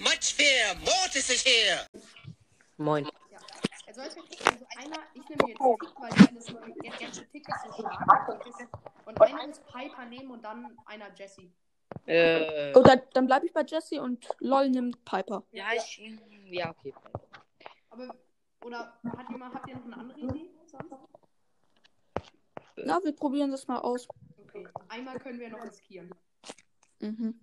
Much fear, Mortis is here. Moin. Also, als wir gucken, also einer, ich nehme jetzt Tick, weil ich alles mal jetzt ganze Tick ist so stark. Und, das- und einer muss Piper nehmen und dann einer Jesse. Äh, Oh, dann, dann bleibe ich bei Jesse und LOL nimmt Piper. ja, ich, hm, ja, okay. Aber, oder hat jemand, habt ihr noch eine andere Idee? Sonst? Na, wir probieren das mal aus. Okay, einmal können wir noch riskieren. Mhm.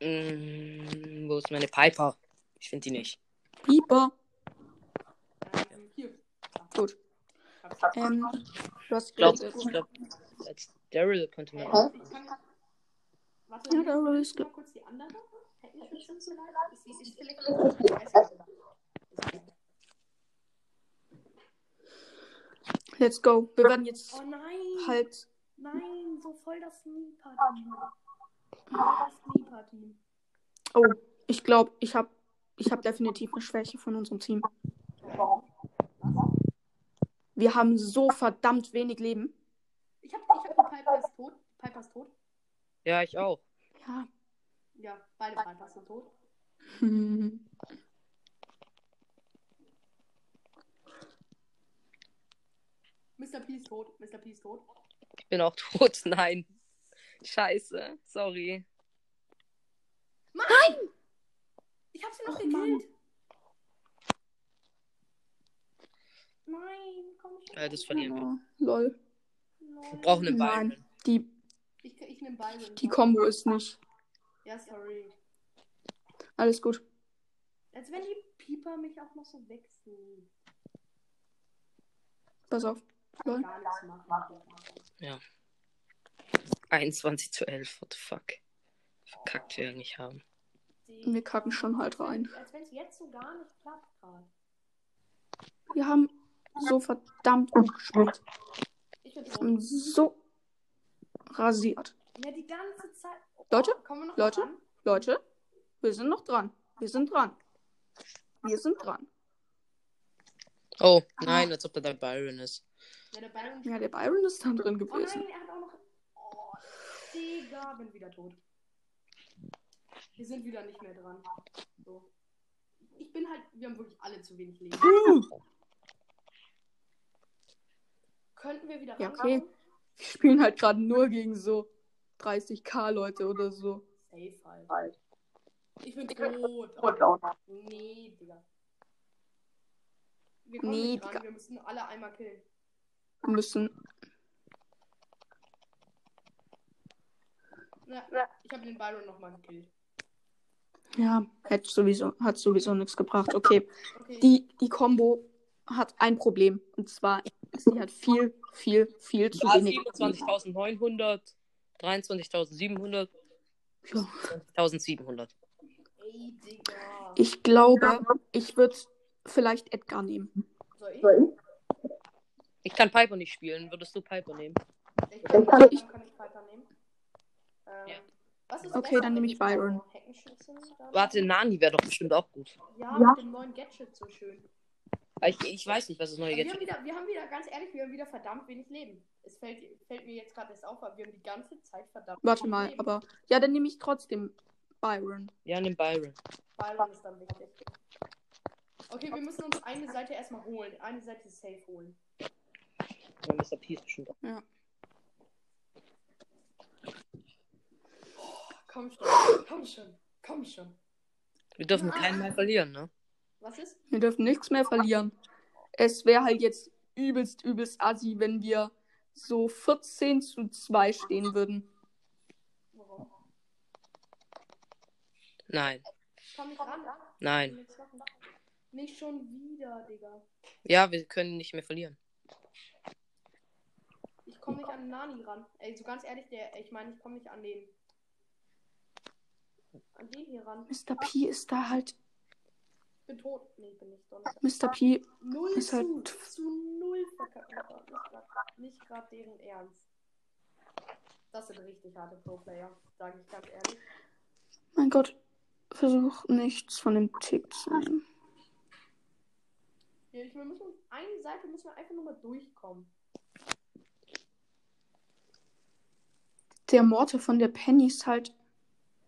Mm, wo ist meine Piper? Ich finde die nicht. Piper. Ähm, hier. Gut. Hab's. Ähm, du hast Ich glaube, ich glaub, als Daryl könnte man. Äh, ich kann- Warte, Ja, ich- da war ich mal ge- kurz die andere. Technische Schützenleiter? Ist die- ist vielleicht- Oh Let's go. Wir werden jetzt Oh nein! halt. Nein, so voll das Sneaper-Team. Das Sneaper-Team. Oh, ich glaube, ich habe ich hab definitiv eine Schwäche von unserem Team. Wir haben so verdammt wenig Leben. Ich hab, ich hab die Piper ist tot. Piper ist tot. Ja, ich auch. Ja. Ja, beide Piper sind tot. Hm. Mr. P ist tot. Mr. P ist tot. Ich bin auch tot. Nein. Scheiße. Sorry. Ich hab sie noch Och, gekillt. Nein, komm schon. Äh, das verlieren wir. Oh, lol. Wir Nein. brauchen eine Nein. Beine. Die, Ich, ich nehm beide. die Combo ist nicht. Ja, sorry. Alles gut. Als wenn die Pieper mich auch noch so wechseln. Pass auf. Gar Lol. nichts machen. 21 zu 11. What the fuck? Verkackt wir nicht haben. Die- Wir kacken schon halt rein. Als wenn es jetzt so gar nicht klappt gerade. Wir haben so verdammt gut gespielt. Ich bin Wir tot. haben so rasiert. Ja, die ganze Zeit. Oh, Leute? Kommen wir noch Leute? Dran? Leute, wir sind noch dran. Wir sind dran. Wir sind dran. Oh, nein, als ob da der Byron ist. Ja, der Byron. Ja, der Byron ist dann drin oh gewesen. nein, er hat auch noch. Oh, Digga, bin wieder tot. Wir sind wieder nicht mehr dran. So. Ich bin halt. Wir haben wirklich alle zu wenig Leben. Könnten wir wieder Ja, rankommen? Wir spielen halt gerade nur gegen so 30k Leute oder so. Safe halt. Ich bin tot. Oh, Nee, Digga. Wir kommen Nee, nicht dran. Digga. Wir müssen alle einmal killen. Wir müssen. Na, Ja. Ich habe den Byron nochmal gekillt. Ja, hätte sowieso, hat sowieso nichts gebracht. Okay. Okay. Die, die Combo hat ein Problem. Und zwar, sie hat viel, viel, viel zu Ah, wenig. Leben. 27.900, 23.700, Ja. 1700. Ey, Digga. Ich glaube, ich würde vielleicht Edgar nehmen. Soll ich? Ich kann Piper nicht spielen. Würdest du Piper nehmen? Ich kann, kann, ich, kann ich Piper nehmen. Ähm, Ja. was ist Okay, besser, dann nehme ich wenn Byron. Heckenschütze dann- Warte, Nani wäre doch bestimmt auch gut. Ja, mit dem neuen Gadget so schön. Aber Ich, ich weiß nicht, was das neue Aber wir, haben Gadget ist. wieder, wir haben wieder, ganz ehrlich, wir haben wieder verdammt wenig Leben. Es fällt, fällt mir jetzt gerade erst auf, weil wir haben die ganze Zeit verdammt Warte wenig mal, Leben. aber. Ja, dann nehme ich trotzdem Byron. Ja, nimm Byron. Byron ist dann wichtig. Okay, wir müssen uns eine Seite erstmal holen. Eine Seite safe holen. Ja, Mr. P ist bestimmt auch. Komm schon, komm schon, komm schon. Wir dürfen keinen mehr verlieren, ne? Was ist? Wir dürfen nichts mehr verlieren. Es wäre halt jetzt übelst, übelst assi, wenn wir so 14 zu 2 stehen würden. Warum? Nein, Komm nicht ran. nein. Nicht schon wieder, Digga. Ja, wir können nicht mehr verlieren. Ich komme nicht an Nani ran. Ey, so ganz ehrlich, der, ich meine, ich komme nicht an den. An den hier ran. Mr. P ist da halt. Ich bin tot. Nee, ich bin nicht tot. Mr. P. Also, Null Ist zu, halt- zu null verkackt. Nicht gerade deren Ernst. Das sind richtig harte Pro-Player, sage ich ganz ehrlich. Mein Gott, versuch nichts von dem Tick zu nehmen. Ja, ich, wir müssen uns eine Seite müssen wir einfach nur mal durchkommen. Der Morte von der Penny ist halt.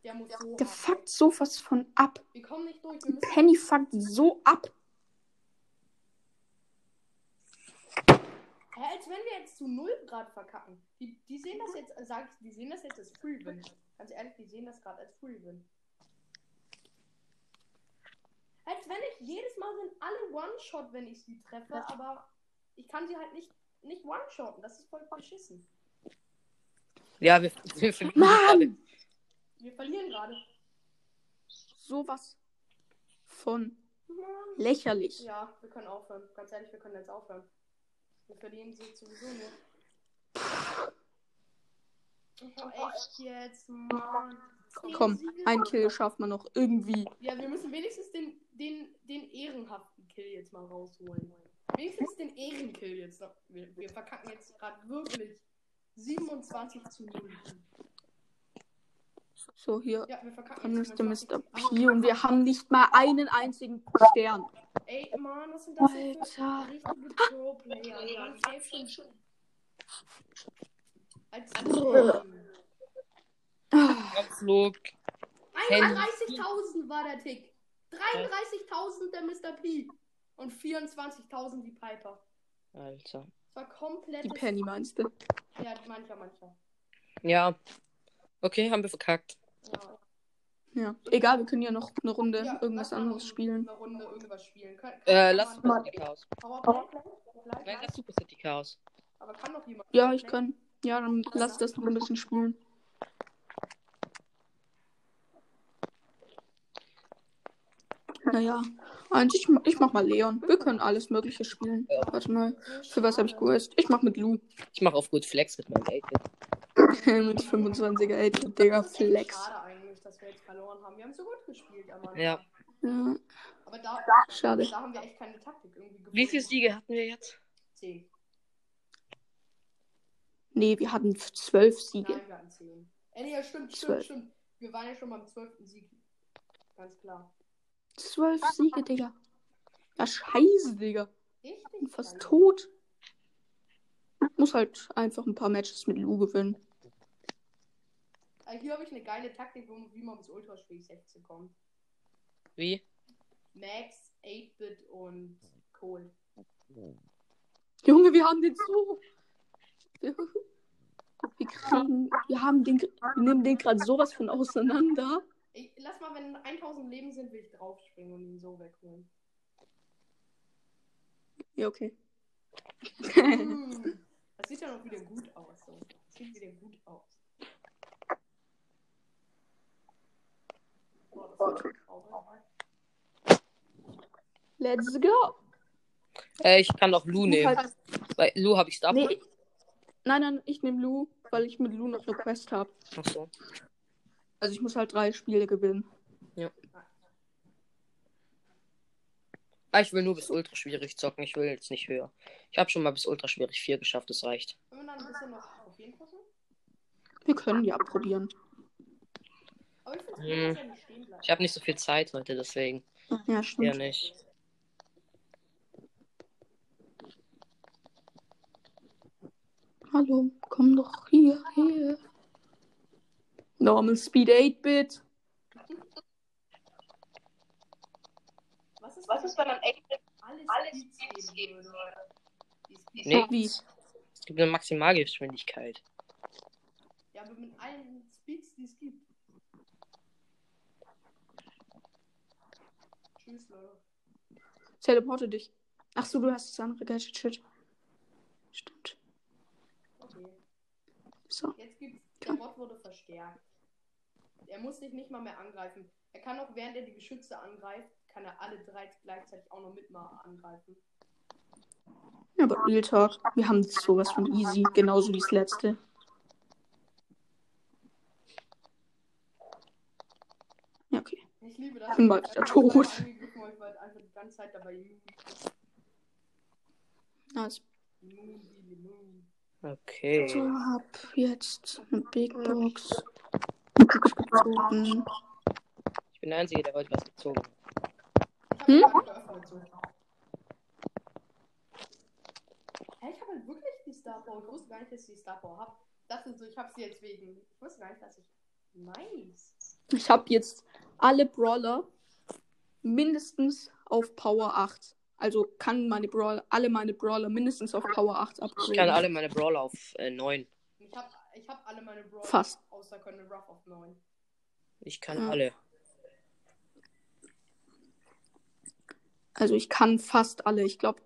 Der muss so. Der ab. fuckt sowas von ab. Wir kommen nicht durch. Wir müssen Penny fuckt so ab. Hä, als wenn wir jetzt zu 0 Grad verkacken. Die, die sehen das jetzt, äh, sag ich, die sehen das jetzt als Freewin. Ganz ehrlich, die sehen das gerade als Freewin. Als wenn ich jedes Mal sind alle One-Shot, wenn ich sie treffe, aber ich kann sie halt nicht, nicht One-Shotten. Das ist voll beschissen. Ja, wir, wir finden Mann! Wir verlieren gerade. Sowas von lächerlich. Ja, wir können aufhören. Ganz ehrlich, wir können jetzt aufhören. Wir verlieren sie sowieso nur. Oh, echt jetzt, Mann. Komm, ein Kill schafft man noch irgendwie. Ja, wir müssen wenigstens den, den, den ehrenhaften Kill jetzt mal rausholen. Wenigstens den Ehrenkill jetzt noch. Wir, wir verkacken jetzt gerade wirklich 27 zu 0. So, hier. Ja, wir verkacken Dann ist der Mr. zu P und wir haben nicht mal einen einzigen Stern. Ey, Mann, was sind das denn für Alter. richtige Pro-Player? Mann, ey, schon- Als Flug. 31.000 war der Tick. 33.000 der Mr. P. Und 24.000 die Piper. Alter. Das war komplett. Die Penny meinst du? Ja, mancher, mancher. Ja. Okay, haben wir verkackt. Ja. Ja. Egal, wir können ja noch eine Runde Ja, lass irgendwas mal anderes noch spielen. Eine Runde irgendwas spielen. Kann, kann Äh, lass mal. Super City Chaos. Powerplay? Nein, Vielleicht? lass Super City Chaos. Aber kann noch jemand. Ja, ich kann. Ja, dann lass das noch ein bisschen spielen. Naja, eigentlich, ich mach mal Leon. Wir können alles Mögliche spielen. Warte mal, für was habe ich gewusst? Ich mach mit Lou. Ich mach auf gut Flex mit meinem Geld. mit 25er 8 Digga, Das ist echt Flex. Schade eigentlich, dass wir jetzt verloren haben. Wir haben so gut gespielt, aber. Ja. Ja, Aber da, schade. da haben wir echt keine Taktik irgendwie gefunden. Wie viele Siege hatten wir jetzt? Zehn. Nee, wir hatten zwölf Siege. Nein, wir hatten zehn. Ey, nee, ja, stimmt, stimmt, Zwölf. stimmt. Wir waren ja schon beim zwölften Sieg. Ganz klar. Zwölf Siege, Digga. Ja, scheiße, Digga. Richtig. Bin fast geil. tot. Muss halt einfach ein paar Matches mit Lou gewinnen. Äh, Hier habe ich eine geile Taktik, wo- wie man bis Ultra Schwierig 16 kommt. Wie? Max, 8-Bit und Kohl. Junge, wir haben den so. Wir kriegen, wir haben den, wir nehmen den gerade sowas von auseinander. Ich, lass mal, wenn 1000 Leben sind, will ich draufspringen und ihn so wegholen. Ja, okay. Hm, das sieht ja noch wieder gut aus. So. Das sieht wieder gut aus. Boah, das war traurig. Let's go. Äh, ich kann auch Lou Ich nehmen. halt, Bei Lou habe ich Star nee, ich, nein, nein, ich nehme Lou, weil ich mit Lou noch eine Quest habe. Ach so. Also ich muss halt drei Spiele gewinnen. Ah, ich will nur bis ultra schwierig zocken. Ich will jetzt nicht höher. Ich habe schon mal bis ultra schwierig 4 geschafft. Das reicht. Können wir dann ein bisschen noch auf jeden passen? Wir können ja probieren. Aber ich finde es Hm. gut, dass er nicht stehen bleibt. Ich habe nicht so viel Zeit heute, deswegen. Ja, stimmt. Ja, nicht. Hallo, komm doch hier, hier. Normal Speed 8-Bit. Was ist, Was ist, wenn man echt alles, alles Speeds Speeds geben würde? Die Speeds- Nee. Wie? Es gibt eine Maximalgeschwindigkeit. Ja, aber mit allen Speeds, die es gibt. Tschüss, Leute. Teleporte dich. Ach so, du hast das andere Gadget. Shit. Stimmt. Okay. So. Jetzt gibt's. Der Bot wurde verstärkt. Er muss dich nicht mal mehr angreifen. Er kann auch, während er die Geschütze angreift, kann er alle drei gleichzeitig auch noch mit mal angreifen. Ja, aber Real Talk, wir haben sowas von easy. Genauso wie das letzte. Ja, okay. Ich liebe das. Bin mal wieder Ich hab mich tot. einfach angegriffen, weil Ich war halt einfach die ganze Zeit dabei. Immun, Nice. immun, immun. Also, So, Okay. hab jetzt eine Big Box. Gezogen. Ich bin der Einzige, der heute was gezogen hat. Ich hab Hm? hm? geöffnet. So. Hä, ich habe halt wirklich die Star Power. Ich wusste gar nicht, dass ich die Star Power habe. Das ist so, ich habe sie jetzt wegen. Ich wusste gar nicht, dass ich. Nice. Ich habe jetzt alle Brawler mindestens auf Power 8. Also kann meine Brawler, alle meine Brawler mindestens auf Power 8 upgraden. Ich kann alle meine Brawler auf äh, 9. Ich hab, ich hab alle meine Brawler. Fast. Außer Colonel Ruff auf 9. Ich kann Ja. alle. Also ich kann fast alle. Ich glaube,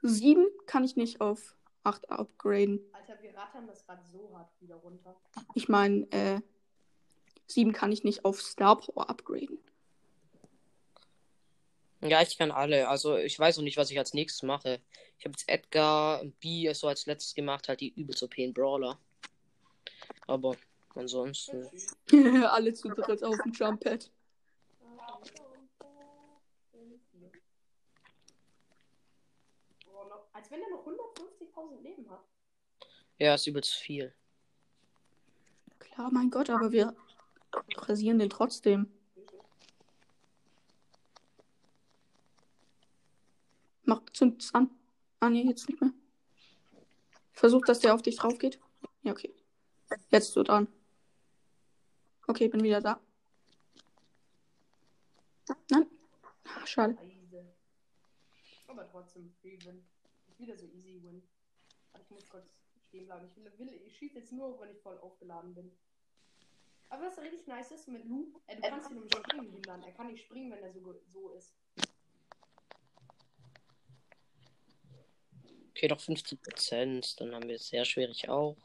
sieben kann ich nicht auf 8 upgraden. Alter, wir rattern das Rad so hart wieder runter. Ich meine, äh, sieben kann ich nicht auf Star Power upgraden. Ja, ich kann alle. Also ich weiß noch nicht, was ich als nächstes mache. Ich habe jetzt Edgar, B so als letztes gemacht, halt die übelst OPen Brawler. Aber ansonsten. alle zu dritt auf dem Jumppad. Boah, noch, als wenn er noch 150.000 Leben hat. Ja, ist übelst viel. Klar, mein Gott, aber wir rasieren den trotzdem. Mach, zünd's an. Ah, nee, jetzt nicht mehr. Versuch, dass der auf dich drauf geht. Ja, okay. Jetzt wird an. Okay, bin wieder da. Nein. Ah, Schade. Scheiße. Aber trotzdem, Free Win. Ist wieder so easy win. Aber ich muss kurz stehen bleiben. Ich, will, will, ich schieße jetzt nur, wenn ich voll aufgeladen bin. Aber was richtig nice ist mit Lu, äh, du kannst ihn im Springen hindern. Er kann nicht springen, wenn er so, ge- so ist. Okay, noch 50%. Dann haben wir es sehr schwierig auch.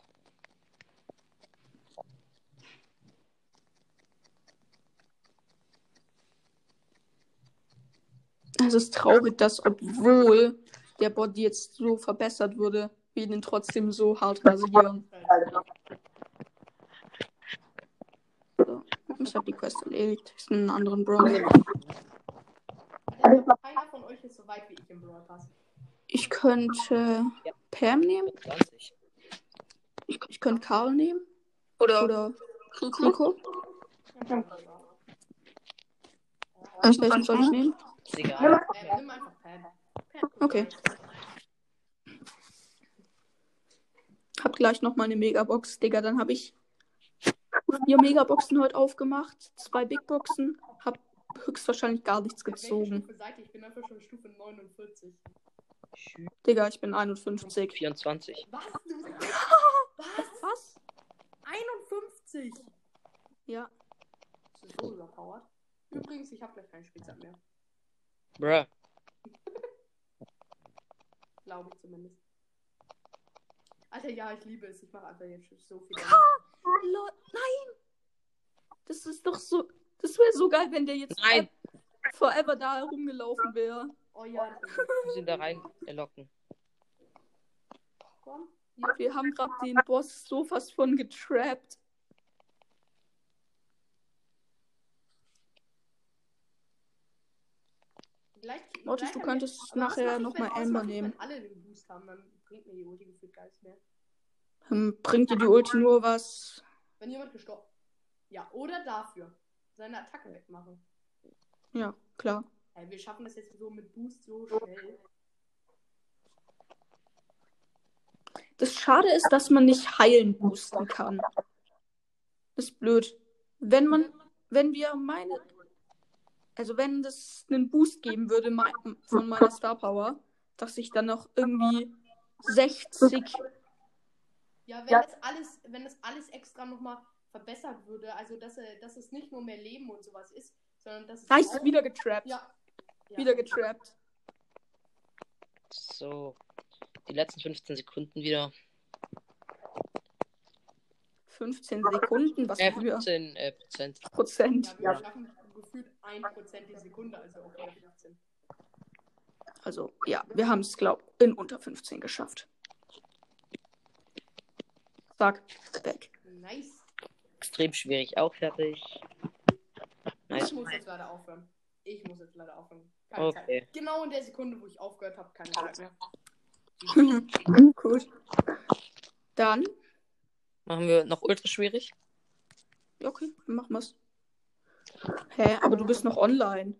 Es ist traurig, dass obwohl der Bot jetzt so verbessert wurde, wir ihn trotzdem so hart rasieren. So, ich habe die Quest erledigt. Ist in einem anderen Brawler. Also, keiner von euch ist so weit wie ich im Brawl Pass. Ich könnte Pam nehmen. 20. Ich, ich könnte Karl nehmen. Oder, Oder Rico. Äh, Äh, welchen soll ich nehmen? Ist egal. nimm Äh, einfach Pam. Okay. Hab gleich noch meine Megabox, Digga. Dann habe ich vier Megaboxen heute aufgemacht. Zwei Big Boxen. Hab höchstwahrscheinlich gar nichts Welche gezogen. Stufe seid ihr? Ich bin einfach schon Stufe 49. Digga, ich bin 51. 24. Was? Du bist Was? Was? 51? Ja. Das ist so überpowered. Übrigens, ich habe gleich keinen Spitzhack mehr. Bruh. Glaube ich zumindest. Alter, ja, ich liebe es. Ich mache einfach jetzt so viel. Lol, nein! Das ist doch so. Das wäre so geil, wenn der jetzt Nein. forever- forever da rumgelaufen wäre. Oh ja. das ist- Wir sind da rein erlocken. Komm. Wir haben gerade den Boss so fast von getrappt. Gleich, Mortis, du gleich- könntest Aber was nachher mache ich, noch wenn mal aus- Amber wenn nehmen. alle den Boost haben, dann bringt mir die Ulti gefühlt gar nichts mehr. Hm, bringt dir die Ulti nur was? Wenn jemand gestorben. Ja, oder dafür. Seine Attacke wegmachen. Ja, klar. Ey, wir schaffen das jetzt so mit Boost so schnell. Das Schade ist, dass man nicht heilen boosten kann. Das ist blöd. Wenn man, wenn wir meine, also wenn das einen Boost geben würde mei- von meiner Star Power, dass ich dann noch irgendwie 60 Ja, wenn das alles, wenn das alles extra nochmal verbessert würde, also dass, äh, dass es nicht nur mehr Leben und sowas ist, sondern dass es Nice, auch- wieder getrappt. Ja. ja. Wieder getrappt. So. Die letzten 15 Sekunden wieder. 15 Sekunden, was Äh, für 15 äh, Prozent. Prozent. Ja, wir schaffen gefühlt 1% die Sekunde, also auch wieder 15. Also, ja, wir haben es, glaube ich, in unter 15 geschafft. Zack, weg. Nice. Extrem schwierig. Auch fertig. Ich Nice. muss jetzt leider aufhören. Ich muss jetzt leider aufhören. Keine Okay. Zeit. Genau in der Sekunde, wo ich aufgehört habe, keine Zeit mehr. Gut. Dann, Machen wir noch ultra schwierig. ja, okay, dann machen wir's. Hä, aber du bist noch online.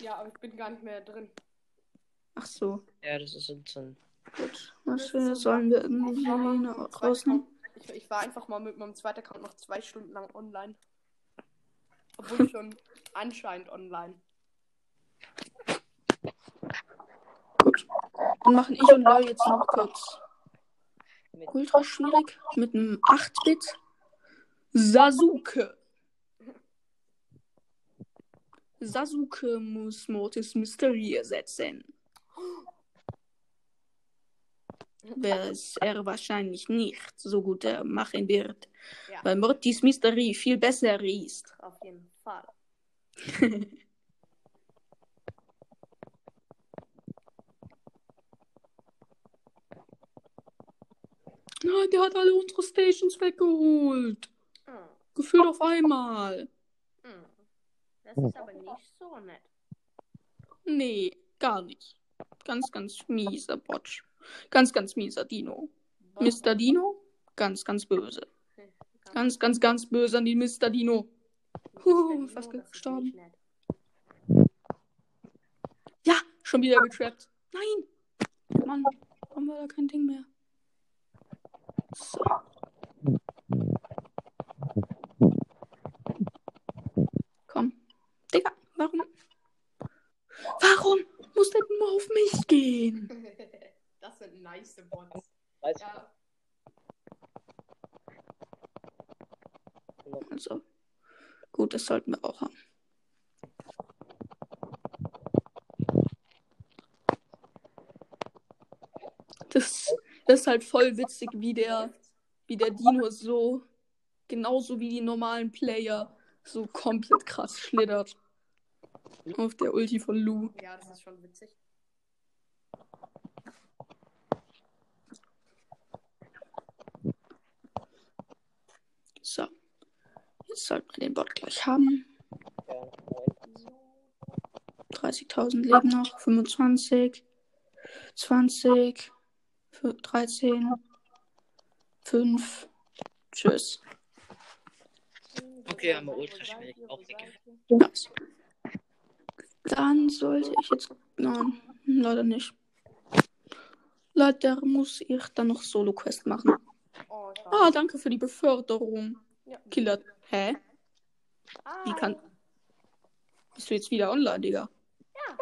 Ja, aber ich bin gar nicht mehr drin. Ach so, Ja, das ist so ein. gut. Was äh, sollen wir irgendwie rausnehmen? Ich, ich war einfach mal mit meinem zweiten Account noch zwei Stunden lang online. Obwohl schon anscheinend online. Dann machen ich und Lol jetzt noch kurz. Ultra schwierig mit einem 8-Bit. Sasuke. Sasuke muss Mortis Mystery ersetzen. Was er wahrscheinlich nicht so gut äh, machen wird. Ja. Weil Mortis Mystery viel besser ist. Auf jeden Fall. Nein, der hat alle unsere Stations weggeholt. Hm, Gefühlt auf einmal. hm. Das ist aber nicht so nett. Nee, gar nicht. Ganz, ganz mieser Botsch. Ganz, ganz mieser Dino. Mr. Dino, ganz, ganz böse. Ganz, ganz, ganz böse an den Mr. Dino. Huh, fast Das ist gestorben. nicht nett. Ja, schon wieder getrappt. Nein! Mann, haben wir da kein Ding mehr. So. Komm. Digga, warum? Warum muss der nur auf mich gehen? Das sind nice Bots. Weiß ich Ja, noch. Also, gut, das sollten wir auch haben. Das, das ist halt voll witzig, wie der, wie der Dino so, genauso wie die normalen Player, so komplett krass schlittert. Auf der Ulti von Lou. ja, das ist schon witzig. So. Jetzt sollten wir den Bot gleich haben. Ja, 30.000 leben noch. 25, 20, fü- 13, 5. Tschüss. Okay, haben wir ultra schnell. Auch weg. Das. Dann sollte ich jetzt. Nein, leider nicht. Leider muss ich dann noch Solo-Quest machen. Oh, ich Ah, war- danke für die Beförderung. Ja. Ah, Killer. Hä? Wie kann. Bist du jetzt wieder online, Digga? Ja.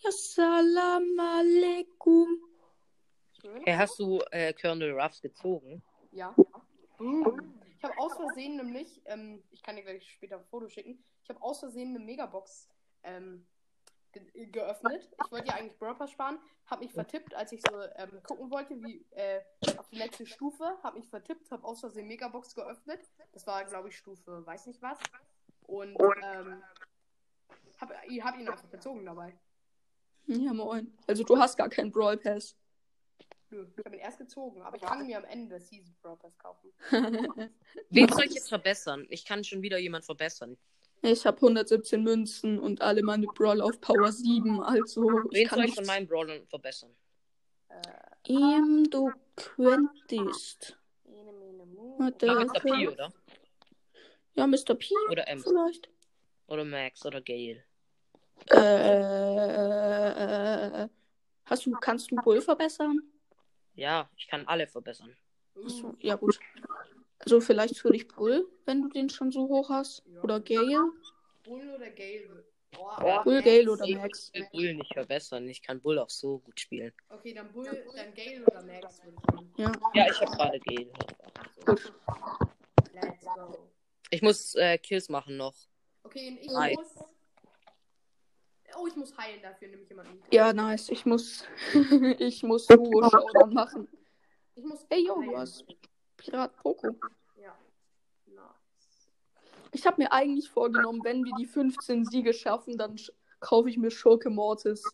Ja, salam alaikum. Schön. Hey, hast du äh, Colonel Ruffs gezogen? Ja. Mm. Ich habe aus Versehen nämlich, ähm, ich kann dir gleich später ein Foto schicken, ich habe aus Versehen eine Megabox ähm, ge geöffnet. Ich wollte ja eigentlich Burper sparen, habe mich vertippt, als ich so ähm, gucken wollte, wie äh, auf die letzte Stufe, habe mich vertippt, habe aus Versehen Megabox geöffnet. Das war, glaube ich, Stufe weiß nicht was. Und ähm, habe hab ihn einfach gezogen dabei. Ja, moin. Also du hast gar keinen Brawl Pass. Nö, ich habe ihn erst gezogen, aber ich kann ihn mir am Ende der Season Burpers kaufen. Wen soll ich jetzt verbessern? Ich kann schon wieder jemand verbessern. ich habe 117 Münzen und alle meine Brawl auf Power 7, also ich Wen kann soll ich nicht... von meinen Brawlern verbessern? Ähm, du könntest... Ene, mene, mu. Warte, Mach Ja, jetzt okay. P, Ähm. oder? Ja, Mr. P Oder M. vielleicht. Oder Max oder Gale. Äh, hast du, kannst du Bull verbessern? Ja, ich kann alle verbessern. Mm. Achso, ja gut. Also vielleicht für dich Bull, wenn du den schon so hoch hast. Ja. Oder Gale. Bull oder Gale? Oh, Ja. Bull, Max. Gale oder Ich Max. will Bull nicht verbessern. Ich kann Bull auch so gut spielen. Okay, dann Bull, dann Gale oder Max würde ich nehmen. Ja, Ja, ich habe gerade Gale. gut. Let's go. Ich muss äh, Kills machen noch. Okay, und ich Hi. muss. Oh, ich muss heilen, dafür nehme ich jemanden. mit. Ja, nice. Ich muss, ich muss Duo Showdown machen. Ich muss. Ey, yo, heilen. du hast Pirat Poco. Ja. Nice. Ich habe mir eigentlich vorgenommen, wenn wir die 15 Siege schaffen, dann sch- kaufe ich mir Schurke Mortis.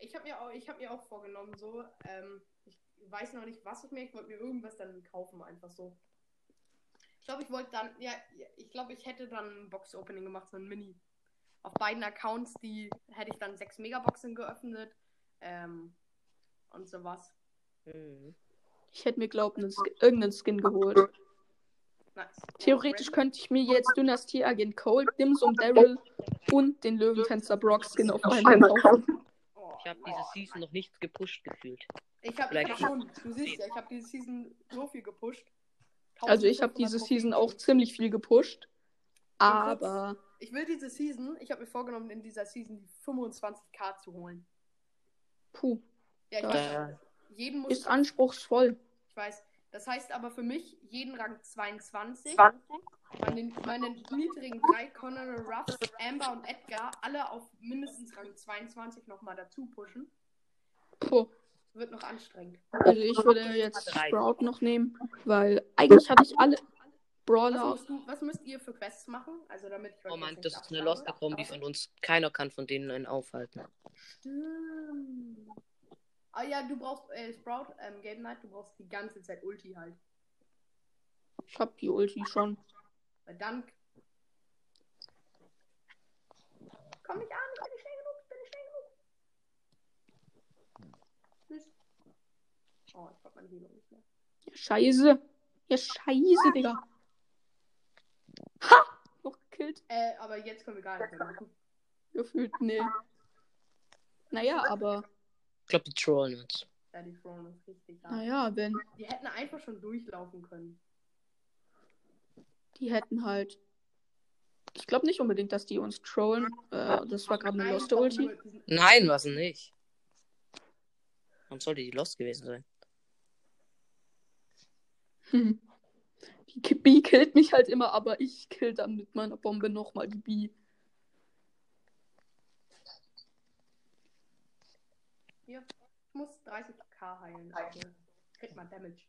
Ich habe mir, auch- ich hab mir auch vorgenommen, so. Ähm, ich weiß noch nicht, was ich mir. Ich wollte mir irgendwas dann kaufen, einfach so. Ich glaube, ich wollte dann. Ja, ich glaube, ich hätte dann ein Box-Opening gemacht, so ein Mini. Auf beiden Accounts, die hätte ich dann sechs Megaboxen geöffnet. Ähm, und sowas. Mhm. Ich hätte mir, glaube ich, irgendeinen Skin geholt. Nice. Theoretisch köchte ich mir jetzt Dynastie-Agent Cole, Dims und Daryl und den Löwentänzer Brock-Skin auf einmal kaufen. Oh, Ich habe diese Season noch nichts gepusht gefühlt. Ich habe Vielleicht hab schon, du siehst ja, ich habe diese Season so viel gepusht. Also ich habe diese 1500 Season auch Trophäen. ziemlich viel gepusht. Aber Ich will diese Season, ich habe mir vorgenommen, in dieser Season die 25k zu holen. puh, Ja, ich Ja. weiß, Da, jeden muss ist anspruchsvoll. ich weiß. Das heißt aber für mich jeden Rang 22. Meine, meine niedrigen drei Connor Ruffs, Amber und Edgar alle auf mindestens Rang 22 nochmal dazu pushen. Puh. Wird noch anstrengend. Also ich würde jetzt Drei. Sprout noch nehmen, weil eigentlich hatte ich alle Was, Brawler. musst du, was müsst ihr für Quests machen? Also damit ich euch Genau. oh jetzt Mann, nicht das ist eine abschlagen. loste Kombi Aber- von uns. Keiner kann von denen einen aufhalten. Stimmt. Ah ja, du brauchst äh, Sprout, ähm, Game Knight, du brauchst die ganze Zeit Ulti halt. Ich hab die Ulti schon. Weil dann. Komm mich an, ich bin nicht schnell genug, ich bin nicht schnell genug. Tschüss. Oh, ich hab meine Heilung nicht mehr. Ja, scheiße. Ja, scheiße, Digga. Ha! Noch gekillt. Äh, aber jetzt können wir gar nichts mehr machen. Gefühlt, nee. Naja, aber, Ich glaube, die trollen uns. Ja, die Throne ist richtig da. naja, wenn, Die hätten einfach schon durchlaufen können. die hätten halt. Ich glaube nicht unbedingt, dass die uns trollen. Äh, das war gerade eine Einfach loste Ulti. nur diesen- Nein, was denn nicht? Warum sollte die lost gewesen sein? Hm. Die Ki- Bee killt mich halt immer, aber ich kill dann mit meiner Bombe nochmal die Bee. Hier, ich muss 30k heilen. Also, kriegt man Damage.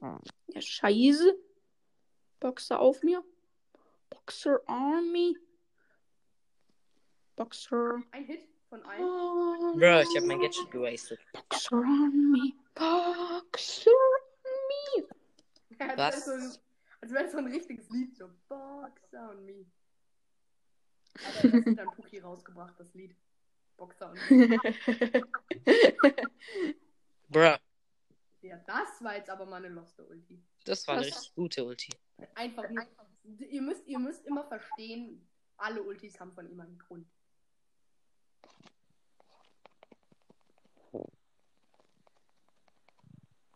Ja, scheiße. Boxer auf mir. Boxer Army. Boxer. Ein Hit von einem. Oh, Bro, ich habe mein Gadget gewastet. Boxer Army. Boxer Army. Als Was? wäre so, als wär so ein richtiges Lied, so Boxer on Me. Aber das hat dann Puki rausgebracht, das Lied. Boxer on Me. Bro, Ja, das war jetzt aber mal eine loste Ulti. das war eine Was? richtig gute Ulti. Einfach nur. Ihr müsst, ihr müsst immer verstehen, alle Ultis haben von ihm einen Grund.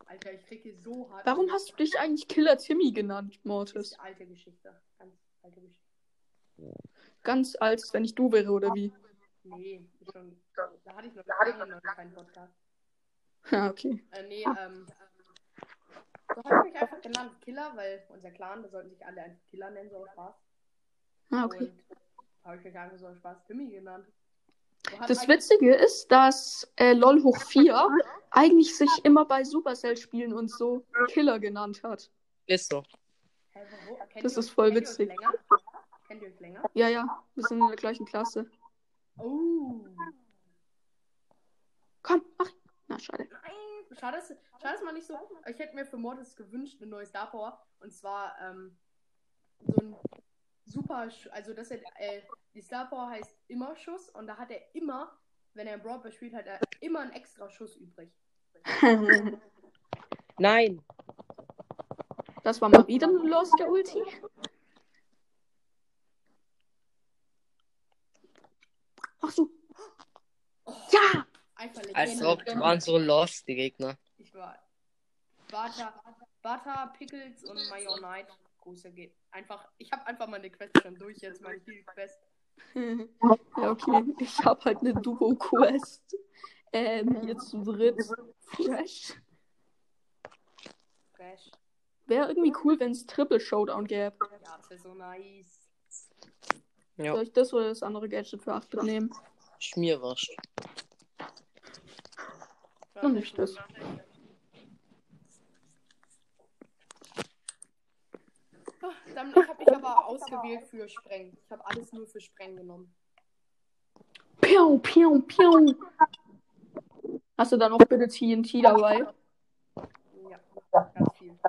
Alter, ich krieg hier so hart. Warum hast du dich eigentlich Killer Timmy genannt, das? Mortis? Ist alte Geschichte. Ganz alte Geschichte. Ganz als wenn ich du wäre, oder wie? Nee, schon. Da hatte ich noch, da hatte ich noch keinen Podcast. Ja, Ah, okay. Äh, nee, ähm. So habe ich mich einfach genannt, Killer, weil unser Clan, da sollten sich alle einfach Killer nennen, so aus Spaß. Ah, okay. Und habe ich mich einfach so aus Spaß Timmy genannt. halt- So hat Das eigentlich- Witzige ist, dass äh, LOL hoch 4 eigentlich sich immer bei Supercell-Spielen und so Killer genannt hat. Ist so. Hä, wo- kennt das ihr- ist voll kennt ihr uns witzig. länger? Kennt ihr euch länger? Ja, ja, wir sind in der gleichen Klasse. Oh. Komm, mach. Na, schade. Nein. Schade, dass, schade, dass man nicht so. Ich hätte mir für Mortis gewünscht, eine neue Star Power. Und zwar, ähm, so ein super. Sch- Also, dass er. Äh, die Star Power heißt immer Schuss. Und da hat er immer, wenn er Broadband spielt, hat er immer einen extra Schuss übrig. Nein. Das war mal wieder ein Los der Ulti. Ach so. Ja! Einfach Als Legende. ob, die waren so lost, die Gegner. Ich war. Bata, Bata, Pickles und Mayonnaise. Grüße geht. Einfach, ich habe einfach meine Quest schon durch, jetzt meine Heal Quest. Ja, okay. Ich habe halt eine Duo-Quest. Ähm, hier zu dritt. Fresh. Fresh. Wäre irgendwie cool, wenn es Triple Showdown gäbe. Ja, das ist so nice. Ja. Soll ich das oder das andere Gadget für 8 nehmen? Schmierwurst. Dann nicht das. Ah, Dann ich habe ich aber ausgewählt für Sprengen. Ich habe alles nur für Sprengen genommen. Piau, piau, piau. Hast du dann auch bitte TNT dabei? Ja, ganz viel.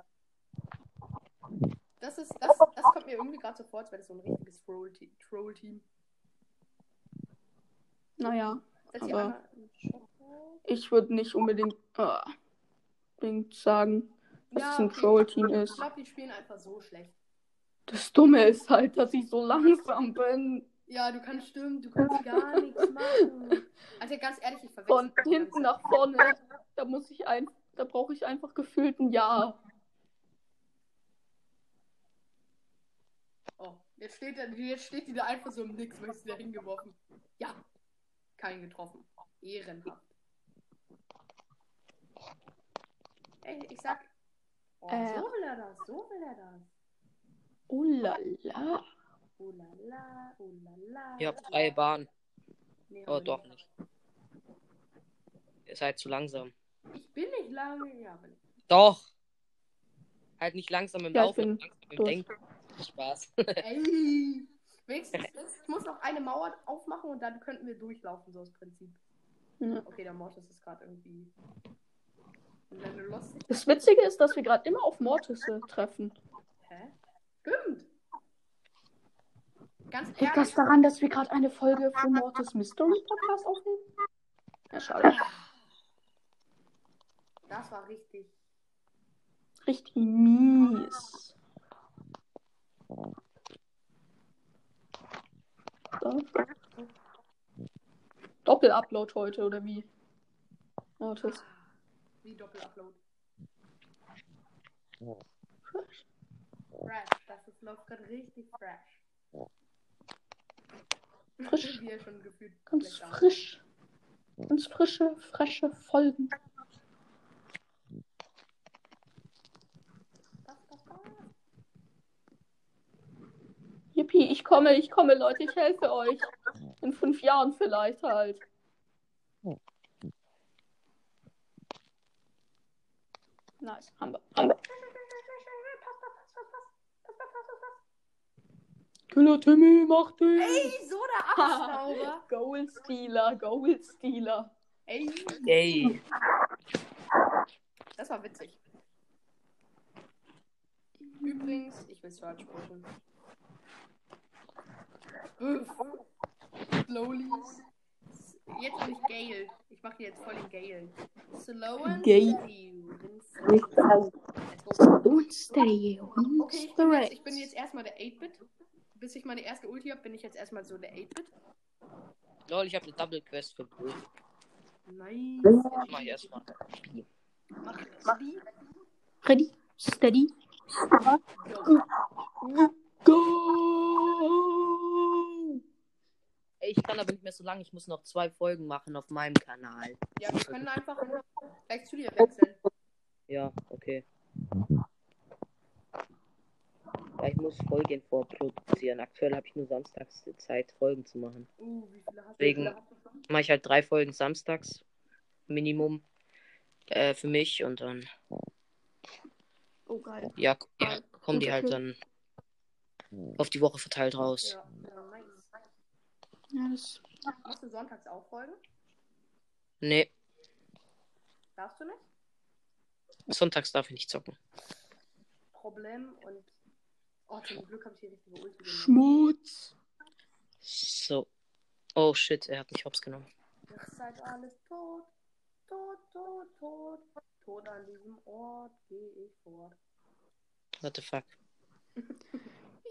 Das ist, das, das kommt mir irgendwie gerade so vor, als wäre das so ein richtiges Troll-Te- Troll-Team. Naja, Setz dich Aber- einmal in den Schock. ich würde nicht unbedingt, äh, unbedingt sagen, dass Ja, es ein okay. Troll-Team Ich ist. glaube, die spielen einfach so schlecht. Das Dumme ist halt, dass ich so langsam bin. Ja, du kannst stimmen, du kannst gar nichts machen. Alter, ganz ehrlich, ich verwechsel Von die ganze hinten nach Zeit. vorne. Da muss ich ein, da brauche ich einfach gefühlt ein Jahr. Oh, Jetzt steht, er- jetzt steht die da einfach so im Nix, weil ich sie da hingeworfen. Ja. Kein getroffen. Ehrenhaft. Ey, ich sag. Oh, Äh. So will er das, so will er das. Oh la la. Oh la la, oh la la. Ihr habt freie Bahn. Nee, Oh, aber doch nicht. Ihr seid zu langsam. Ich bin nicht lange, ja, aber nicht. Doch. Halt nicht langsam im Ja, ich Laufen, bin langsam im durch. Denken. Spaß. Ey. Wenigstens, ich muss noch eine Mauer aufmachen und dann könnten wir durchlaufen, so aus Prinzip. Ja. Okay, der Mortis ist gerade irgendwie. in seine Lost. Das Witzige ist, dass wir gerade immer auf Mortis äh, treffen. Hä? Stimmt. Ganz Liegt das ehrlich. daran, dass wir gerade eine Folge vom Mortis Mystery Podcast aufnehmen? Ja, schade. Das war richtig. Richtig mies. Da. Doppelupload heute, oder wie? Mortis. Wie Doppelupload. Fresh. Das ist läuft gerade richtig fresh. Frisch. Wie er schon gefühlt Ganz lecker. frisch. Ganz frische, frische Folgen. Das, das, das. Yippie, ich komme, ich komme, Leute, ich helfe euch. In fünf Jahren vielleicht halt. Nice, haben wir. Haben wir. Killer Genau, Timmy, mach dich! Ey, so der Abstauber. Goal Stealer, Goal Stealer. Ey, Ey. das war witzig. Übrigens, ich will Search pushen. Uff. Slowly. Jetzt bin ich Gale. Ich mache jetzt voll den Gale. Slow and Gale. Gale. Und stay on Okay, ich bin, jetzt, ich bin jetzt erstmal der 8-Bit. Bis ich meine erste Ulti habe, bin ich jetzt erstmal so der 8-Bit. Lol, ich habe eine Double Quest für Bull. Nice. Mach ich erstmal. Mach ich. Ready, steady, Go. go! Ey, Ich kann aber nicht mehr so lange. Ich muss noch zwei Folgen machen auf meinem Kanal. Ja, wir können einfach gleich zu dir wechseln. Ja, okay. Ja, ich muss Folgen vorproduzieren. Aktuell habe ich nur samstags Zeit, Folgen zu machen. Uh, wie viele hast du? Wegen- Wie viele hast du schon? Mache ich halt drei Folgen samstags. Minimum. Äh, für mich und dann, Oh, geil. ja, k- ja, kommen die halt dann auf die Woche verteilt raus. Ja, ja, nice. Ja, das Machst du sonntags auch Folge? Nee, Darfst du nicht? sonntags darf ich nicht zocken. Problem und. Oh, zum Glück habe ich die richtige Ulti genommen. Schmutz. So. Oh shit, er hat mich hops genommen. Jetzt seid alles tot. Tot, tot, tot. Tot an diesem Ort gehe ich fort. What the fuck?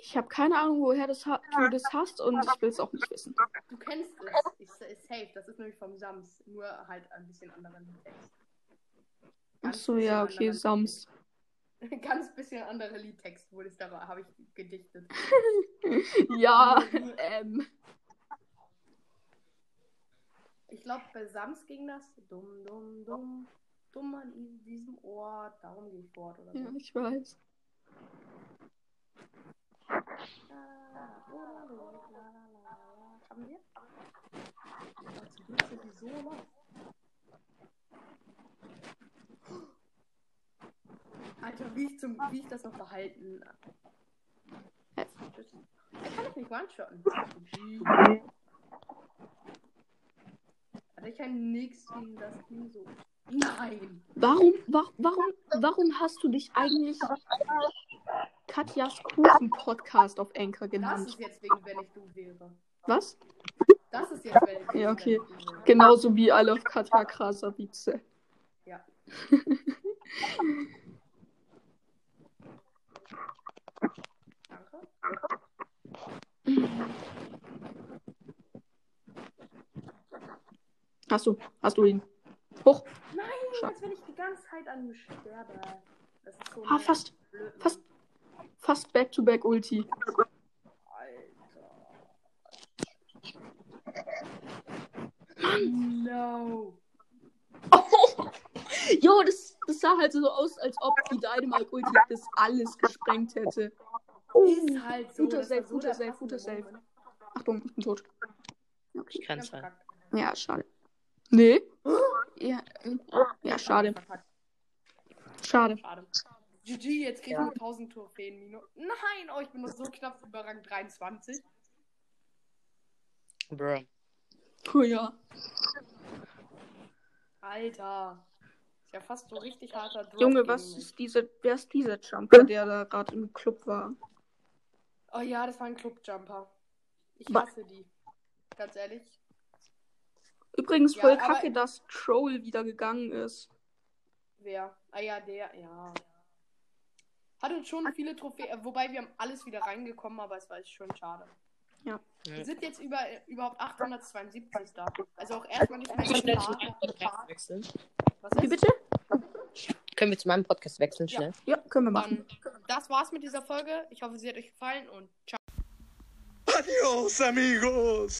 Ich habe keine Ahnung, woher das ha du das hast und ich will es auch nicht wissen. Du kennst es. Ich, ist safe. Das ist nämlich vom Sams. Nur halt ein bisschen anderen Text. Ach so, ja, okay, Sams. Ganz bisschen anderer Liedtext wurde es darüber, habe ich gedichtet. Ja, ähm. Ich glaube, bei Sams ging das dumm, dumm, dumm, dumm an i- diesem Ohr, darum gehe ich fort oder so. Ja, ich weiß. Haben wir? Oh, zum Glück sind die so laut. Alter, wie ich, zum, wie ich das noch behalten. Äh, Er kann ich nicht one-shotten. Alter, ich kann nix gegen das Ding so. Nein! Warum, wa warum, warum hast du dich eigentlich Katjas Kuchen-Podcast auf Anchor Das genannt? ist jetzt wegen, wenn ich du wäre. Was? Das ist jetzt, wenn ich Ja, okay. wenn ich du wäre. Genauso wie I love Katja Krasavice. Ja. Danke. Hast du, hast du ihn? Hoch. Nein, Schade. als wenn ich die ganze Zeit an ihm sterbe. Das ist so Ah, fast, blöd. fast, fast Back-to-Back-Ulti. No. Jo, das, das sah halt so aus, als ob die Dynamite Ulti das alles gesprengt hätte. Ist halt so. Oh. Guter das war Save, so guter der Save, passende guter Save. Moment. Achtung, ich bin tot. Ich kann Ganz es halt. verkackt. Ja, schade. Nee? Ja, äh, ja schade. Verkackt. Schade. Schade. GG, jetzt kriegen Ja. wir 1000 Trophäen. Mino. Nein, oh, ich bin noch so knapp über Rang 23. Bruh. Puh, ja. Alter. Ist ja fast so richtig harter Drop Junge, gegen was mich. ist dieser, wer ist dieser Jumper, der da gerade im Club war? Oh ja, das war ein Clubjumper. Ich Ba- hasse die. Ganz ehrlich. Übrigens Ja, voll aber- kacke, dass Troll wieder gegangen ist. Wer? Ah ja, der, ja. Hat uns schon viele Trophäen, wobei wir haben alles wieder reingekommen, aber es war echt schon schade. Ja. Wir sind jetzt über, überhaupt 872 da. Also auch erstmal nicht mehr Können wir so schnell zu meinem stark. Podcast wechseln? Was Wie ist? bitte? Können wir zu meinem Podcast wechseln, Ja. schnell? Ja, können wir machen. Dann, das war's mit dieser Folge. Ich hoffe, sie hat euch gefallen und ciao. Adios, amigos.